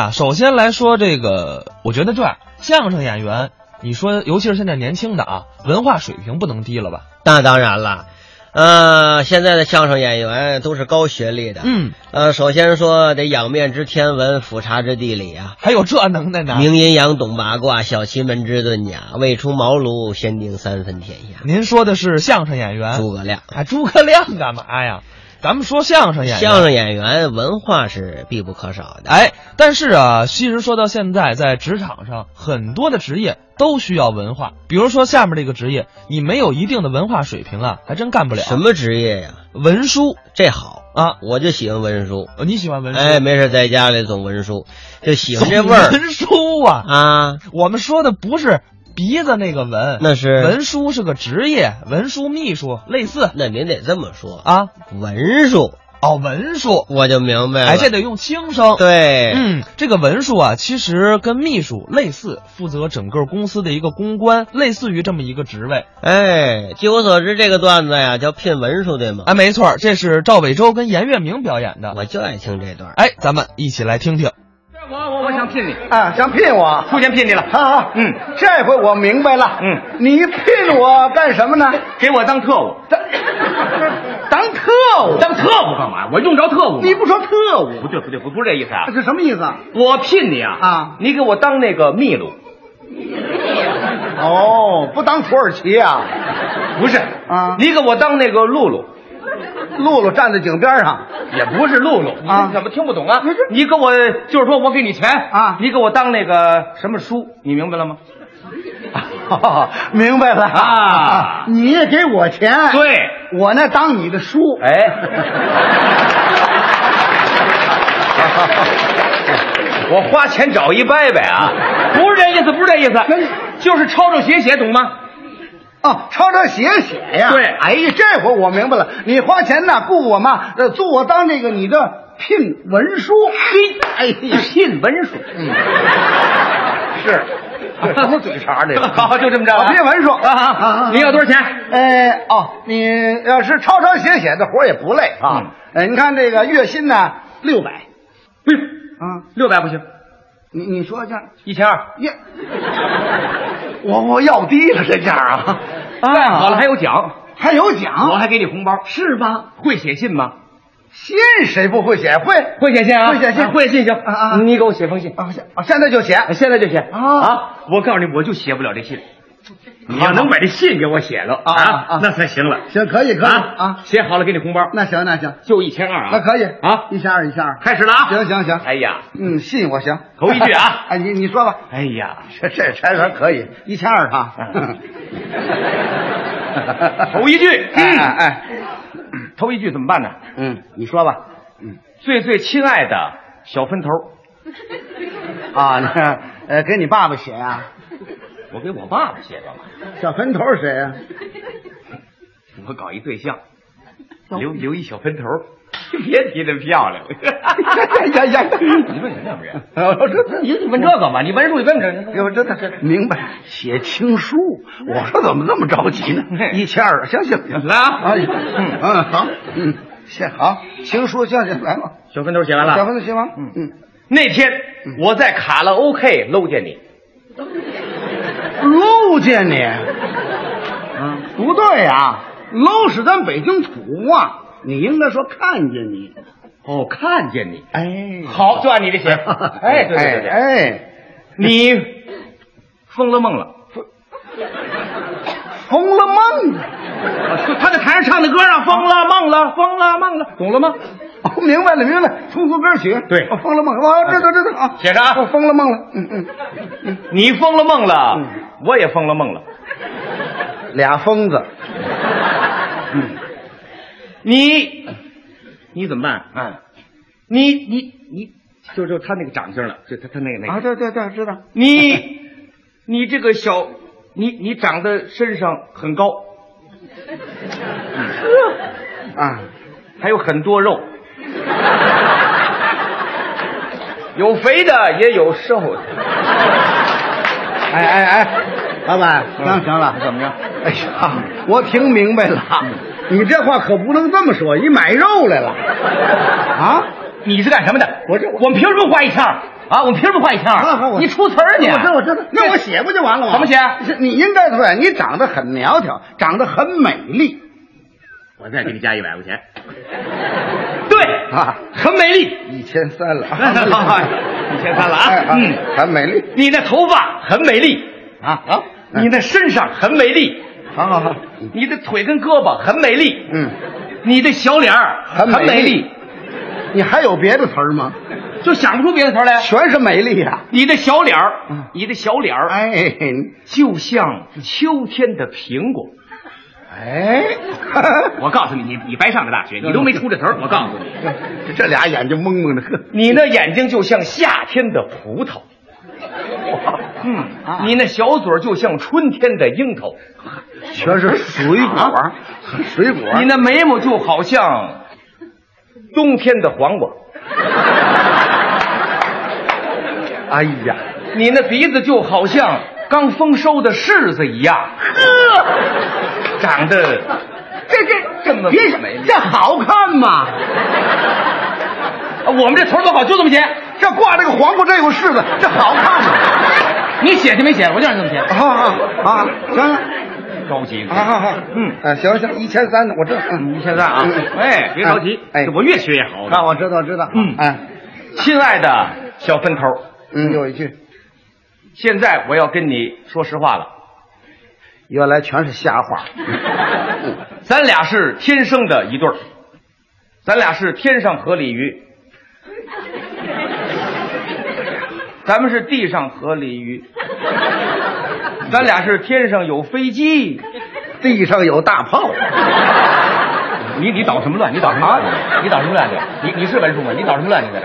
啊，首先来说这个，我觉得这样，相声演员，你说，尤其是现在年轻的啊，文化水平不能低了吧？那当然了，呃，现在的相声演员都是高学历的，嗯，呃，首先说得仰面知天文，俯察知地理啊， 还有这能耐呢？明阴阳，懂八卦，小奇门之遁甲，未出茅庐，先定三分天下。您说的是相声演员，诸葛亮，啊，诸葛亮干嘛呀？咱们说相声演员，相声演员文化是必不可少的。哎哎，但是啊，其实说到现在，在职场上很多的职业都需要文化，比如说下面这个职业，你没有一定的文化水平啊，还真干不了。什么职业呀？文书这好，啊？我就喜欢文书。呃你喜欢文书？哎，，没事，在家里总文书，就喜欢这味儿文书啊，啊。我们说的不是鼻子那个文，那是，文书是个职业，文书秘书类似那您得这么说，啊。文书哦，文书，我就明白了。哎，这得用轻声。对，嗯，这个文书啊，其实跟秘书类似，负责整个公司的一个公关，类似于这么一个职位。哎，据我所知，这个段子呀叫聘文书，对吗？哎哎啊，没错儿，这是赵伟洲跟严月明表演的。我就爱听这段。哎，咱们一起来听听。我我我想聘你，啊，想聘我？出钱聘你了，好好，嗯，这回我明白了。嗯，你聘我干什么呢？给我当特务， 当当特务？当特务干嘛？我用着特务吗你不说特务不，对不对不不是这意思啊！这什么意思啊？我聘你啊啊你给我当那个秘鲁，哦，不当土耳其啊？不是啊你给我当那个露露，露露站在井边上，也不是露露啊你怎么听不懂啊不是？你给我就是说我给你钱啊你给我当那个什么书，你明白了吗？明白了啊你也给我钱，对，我呢当你的书。哎， 我花钱找一伯伯啊，不是这意思，不是这意思，就是抄抄写写，懂吗？ 哦，抄抄写写呀。对哎呀，这回我明白了，你花钱呐雇我嘛，呃，雇我当这个你的聘文书。嘿，哎呀，嗯信文书，是， 这 不是嘴馋这个。 好，就这么着了啊。聘文书啊啊啊！您要多少钱？呃，哦，你要是抄抄写写的活儿也不累嗯啊。呃，你看这个月薪呢，六百不是，啊。哎六百不行，你你说这一千二。耶，我我要低了这价儿啊。啊，好了，还有奖，还有奖，我还给你红包。是吧？会写信吗？信谁不会写？会会写信啊，会写信啊会信行啊啊你给我写封信，啊，现啊现在就写。哎现在就写啊啊！我告诉你，我就写不了这信。你要能把这信给我写了啊啊啊那才行了。行，可以可以啊。写好了给你红包，那行那行，就一千二啊。那可以啊一千二一千二。开始了啊！行行行哎呀，嗯，信我行。头一句啊 哎，你你说吧。哎呀，这这拆人可以，一千二哈。 头一句，哎哎哎，哎，头一句怎么办呢？嗯，你说吧。最最亲爱的小分头，啊，那呃，给你爸爸写啊。我给我爸爸写干嘛？小坟头啊是谁 呀、我搞一对象，留留一小分头， 别提那漂亮。哎呀呀呀 你问人家不人？啊？我这你你问这干嘛？你文书你问这哎，我真的明白，写情书。我说怎么这么着急呢？一千二，行行行，啊来啊哎嗯嗯，好，嗯，写好，情书，行行，来吧。小分头写完小了。坟头写完，嗯嗯那天我在卡拉 OK 搂见你，嗯，搂见你，嗯，不对啊，搂是咱北京土话，你应该说看见你。哦，看见你，哎 好，就按你的写。 哎，对对对对，哎，你疯了梦了，红了梦啊。就他在台上唱的歌啊，疯了梦了，疯了梦了，懂了吗？哦，明白了，明白了，通俗歌曲。对哦疯了梦。哦，知道知道啊，写着啊我疯了梦了。嗯嗯，你疯了梦了，我也疯了梦了。俩疯子，你你怎么办？啊，你你你，就就他那个长相了，就他他那个那个啊，对对对，知道。你你这个小你你长得身上很高，啊，还有很 多肉，有肥的也有瘦的。哎哎哎，老板，行行了，怎么着？哎呀，我听明白了，你这话可不能这么说，你买肉来了啊？你是干什么的？我这我我们凭什么花一千二？啊，我们凭什么画一圈儿？那好我你出词儿你？我知道我知道，哎啊那我写不就完了吗？怎么写是你应该说呀，你长得很苗条，长得很美丽我再给你加一百块钱。对，啊，很美丽。一千三 了，啊一千三了啊哎好嗯很美丽你那头发很美丽啊啊你那身上很美丽，好好好，你的腿跟胳膊很美丽，嗯，你的小脸儿很美很美丽，你还有别的词儿吗？就想不出别的词儿来。全是美丽呀、你的小脸嗯儿，你的小脸儿哎就像秋天的苹果。 哎，我告诉你，你你白上这大学，你都没出这头儿。我告诉你，哎这这俩眼睛蒙蒙的，呵， 你那眼睛就像夏天的葡 萄，嗯，你那小嘴儿就像春天的樱桃，全是水果，水果，你那眉毛就好像冬天的黄瓜，哎呀，你那鼻子就好像刚丰收的柿子一样，长得这这这么别美丽。啊这好看吗？我们这头儿多好，就这么写。这挂这个黄瓜，这有柿子，这好看吗？你写去没写？我就让你这么写。啊啊，行。着急好好好，嗯啊，行行，一千三的，我知道，嗯，一千三啊嗯！哎，别着急，哎，我越学越好。啊，我知道，知道，嗯哎，亲爱的小分头，嗯，又一句，现在我要跟你说实话了，原来全是瞎话， 嗯 咱俩是天生的一对儿，咱俩是天上河鲤鱼，咱们是地上河鲤鱼，咱俩是天上有飞机。地上有大炮，你你捣什么乱？你捣什么乱？你捣什么乱？你你你是文书吗？你捣什么乱？你在这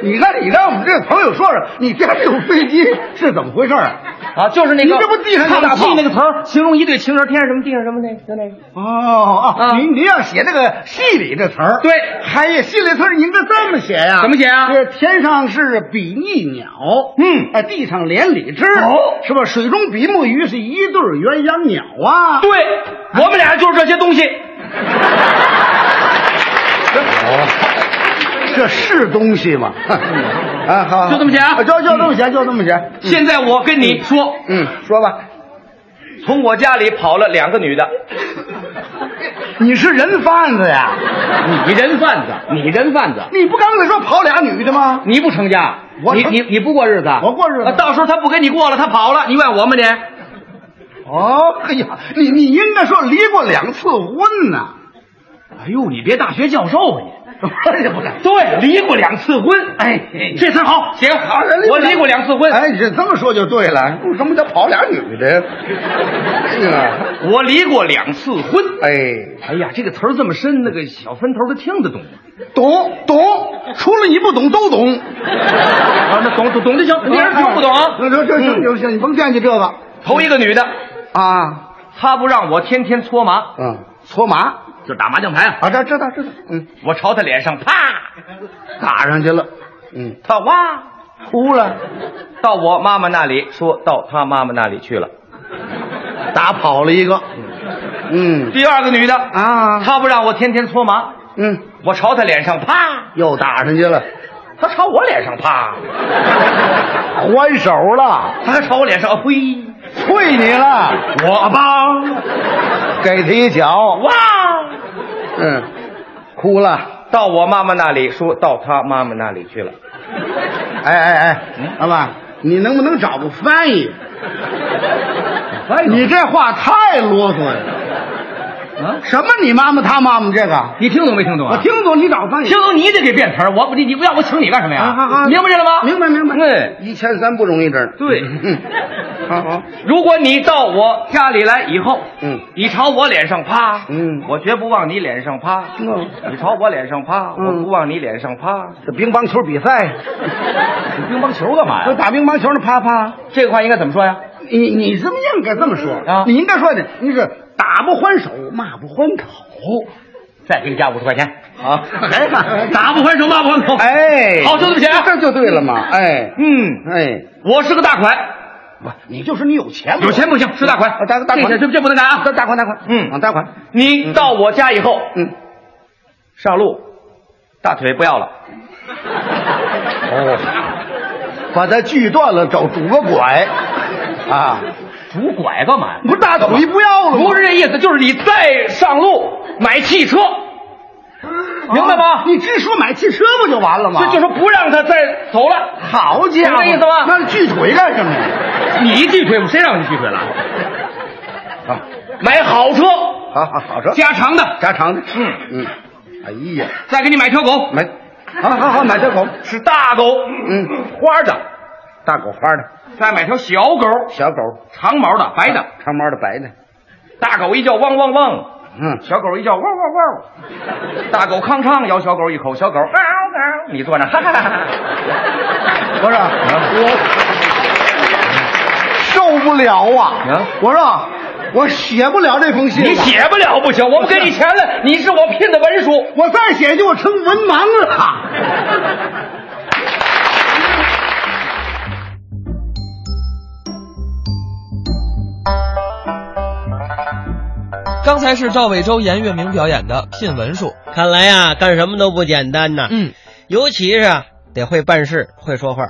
你让你让我们这个朋友说说，你这有飞机是怎么回事啊？啊，就是那个，你这不地上有大炮看戏那个词儿，形容一对情人，天上什么，地上什么，那就那个。哦啊，啊您您要写这个戏里这词儿，对哎呀，戏里词儿你应该这么写呀，怎么写啊这天上是比翼鸟，嗯哎，地上连理枝，哦是吧？水中比目鱼是一对儿鸳鸯鸟啊，对，我们俩就是这些东西。这是东西吗？ 啊，好，好就这么写啊就就这么写，就这么写。现在我跟你说，嗯，说吧，从我家里跑了两个女的，你是人贩子呀？你人贩子，你人贩子，你不刚才说跑俩女的吗？你不成家，我你你你不过日子啊，我过日子啊到时候他不跟你过了，他跑了，你怨我吗你？哦，哎呀，你你应该说离过两次婚呢。哎呦，你别大学教授啊你！不是不是对，离过两次婚，哎，这词儿好，行，好我离过两次婚，哎哎，你这这么说就对了，什么叫跑俩女的？是啊，我离过两次婚。哎，哎呀，这个词儿这么深，那个小分头他听得懂啊吗？懂懂，除了你不懂都懂。啊，那懂懂懂就行，你要是听不懂啊。行行行嗯行行，你甭惦记这个头一个女的，啊，她不让我天天搓麻，嗯，搓麻就打麻将牌啊。啊，这知道知道，嗯。我朝她脸上啪，打上去了，嗯，她哇，哭了，到我妈妈那里，说到她妈妈那里去了。打跑了一个，嗯第二个女的，啊，她不让我天天搓麻，嗯，我朝她脸上啪，又打上去了，她朝我脸上啪，还手了，她还朝我脸上挥，啐你了，我吧，给他一脚，哇，嗯，哭了，到我妈妈那里，说到她妈妈那里去了。哎哎哎，老板，你能不能找个翻译？你这话太啰嗦了，啊，什么你妈妈他妈妈这个，你听懂没听懂啊我听懂，你找个翻译听。懂你得给变词儿，我不你你不要我请你干什么呀？啊啊啊明白这了吗？明白明白，对，一千三不容易，这对嗯，好好，如果你到我家里来以后，嗯，你朝我脸上啪，嗯我绝不往你脸上啪，嗯你朝我脸上啪，嗯我不往你脸上啪。这乒乓球比赛，你乒乓球干嘛我呀？打乒乓球呢，啪啪。这个话应该怎么说呀？你你这么应该这么说啊你应该说的，你是打不还手，骂不还口。哦再给你加五十块钱啊！哎 呀打不还手，骂不还口。哎，好就这么写啊这就对了嘛。哎，嗯，哎，我是个大款，不，你就是你有钱不，有钱不行，是大款，嗯哦大大款这这这不能干啊！大大款大款，嗯啊大款，你到我家以后，嗯，上路，大腿不要了。哦，把它锯断了，找拄个拐，啊，拄拐干嘛呀？不是大腿不要了吗？不是这意思，就是你再上路买汽车，啊，明白吗你直说买汽车不就完了吗？这就说不让他再走了。好家伙，明白意思吗那锯腿干什么呀？你锯腿吗？谁让你锯腿了？啊，买好车，好好好说，加长的，家常的，嗯嗯，哎呀，再给你买条狗，买，好好哦好，买条狗，是大狗，嗯，花的。大狗花的，再买条小狗，小狗长毛的，白的。长毛的白的，大狗一叫汪汪汪，嗯，小狗一叫汪汪汪。大狗康康咬小狗一口，小狗嗷嗷。你坐那，哈哈哈哈。不是我受不了啊啊！我说我写不了这封信了，你写不了不行，我们给你钱了，你是我聘的文书。我再写就我成文盲了。刚才是赵伟洲、严月明表演的《聘文术》。看来呀、干什么都不简单呐。嗯，尤其是啊得会办事，会说话。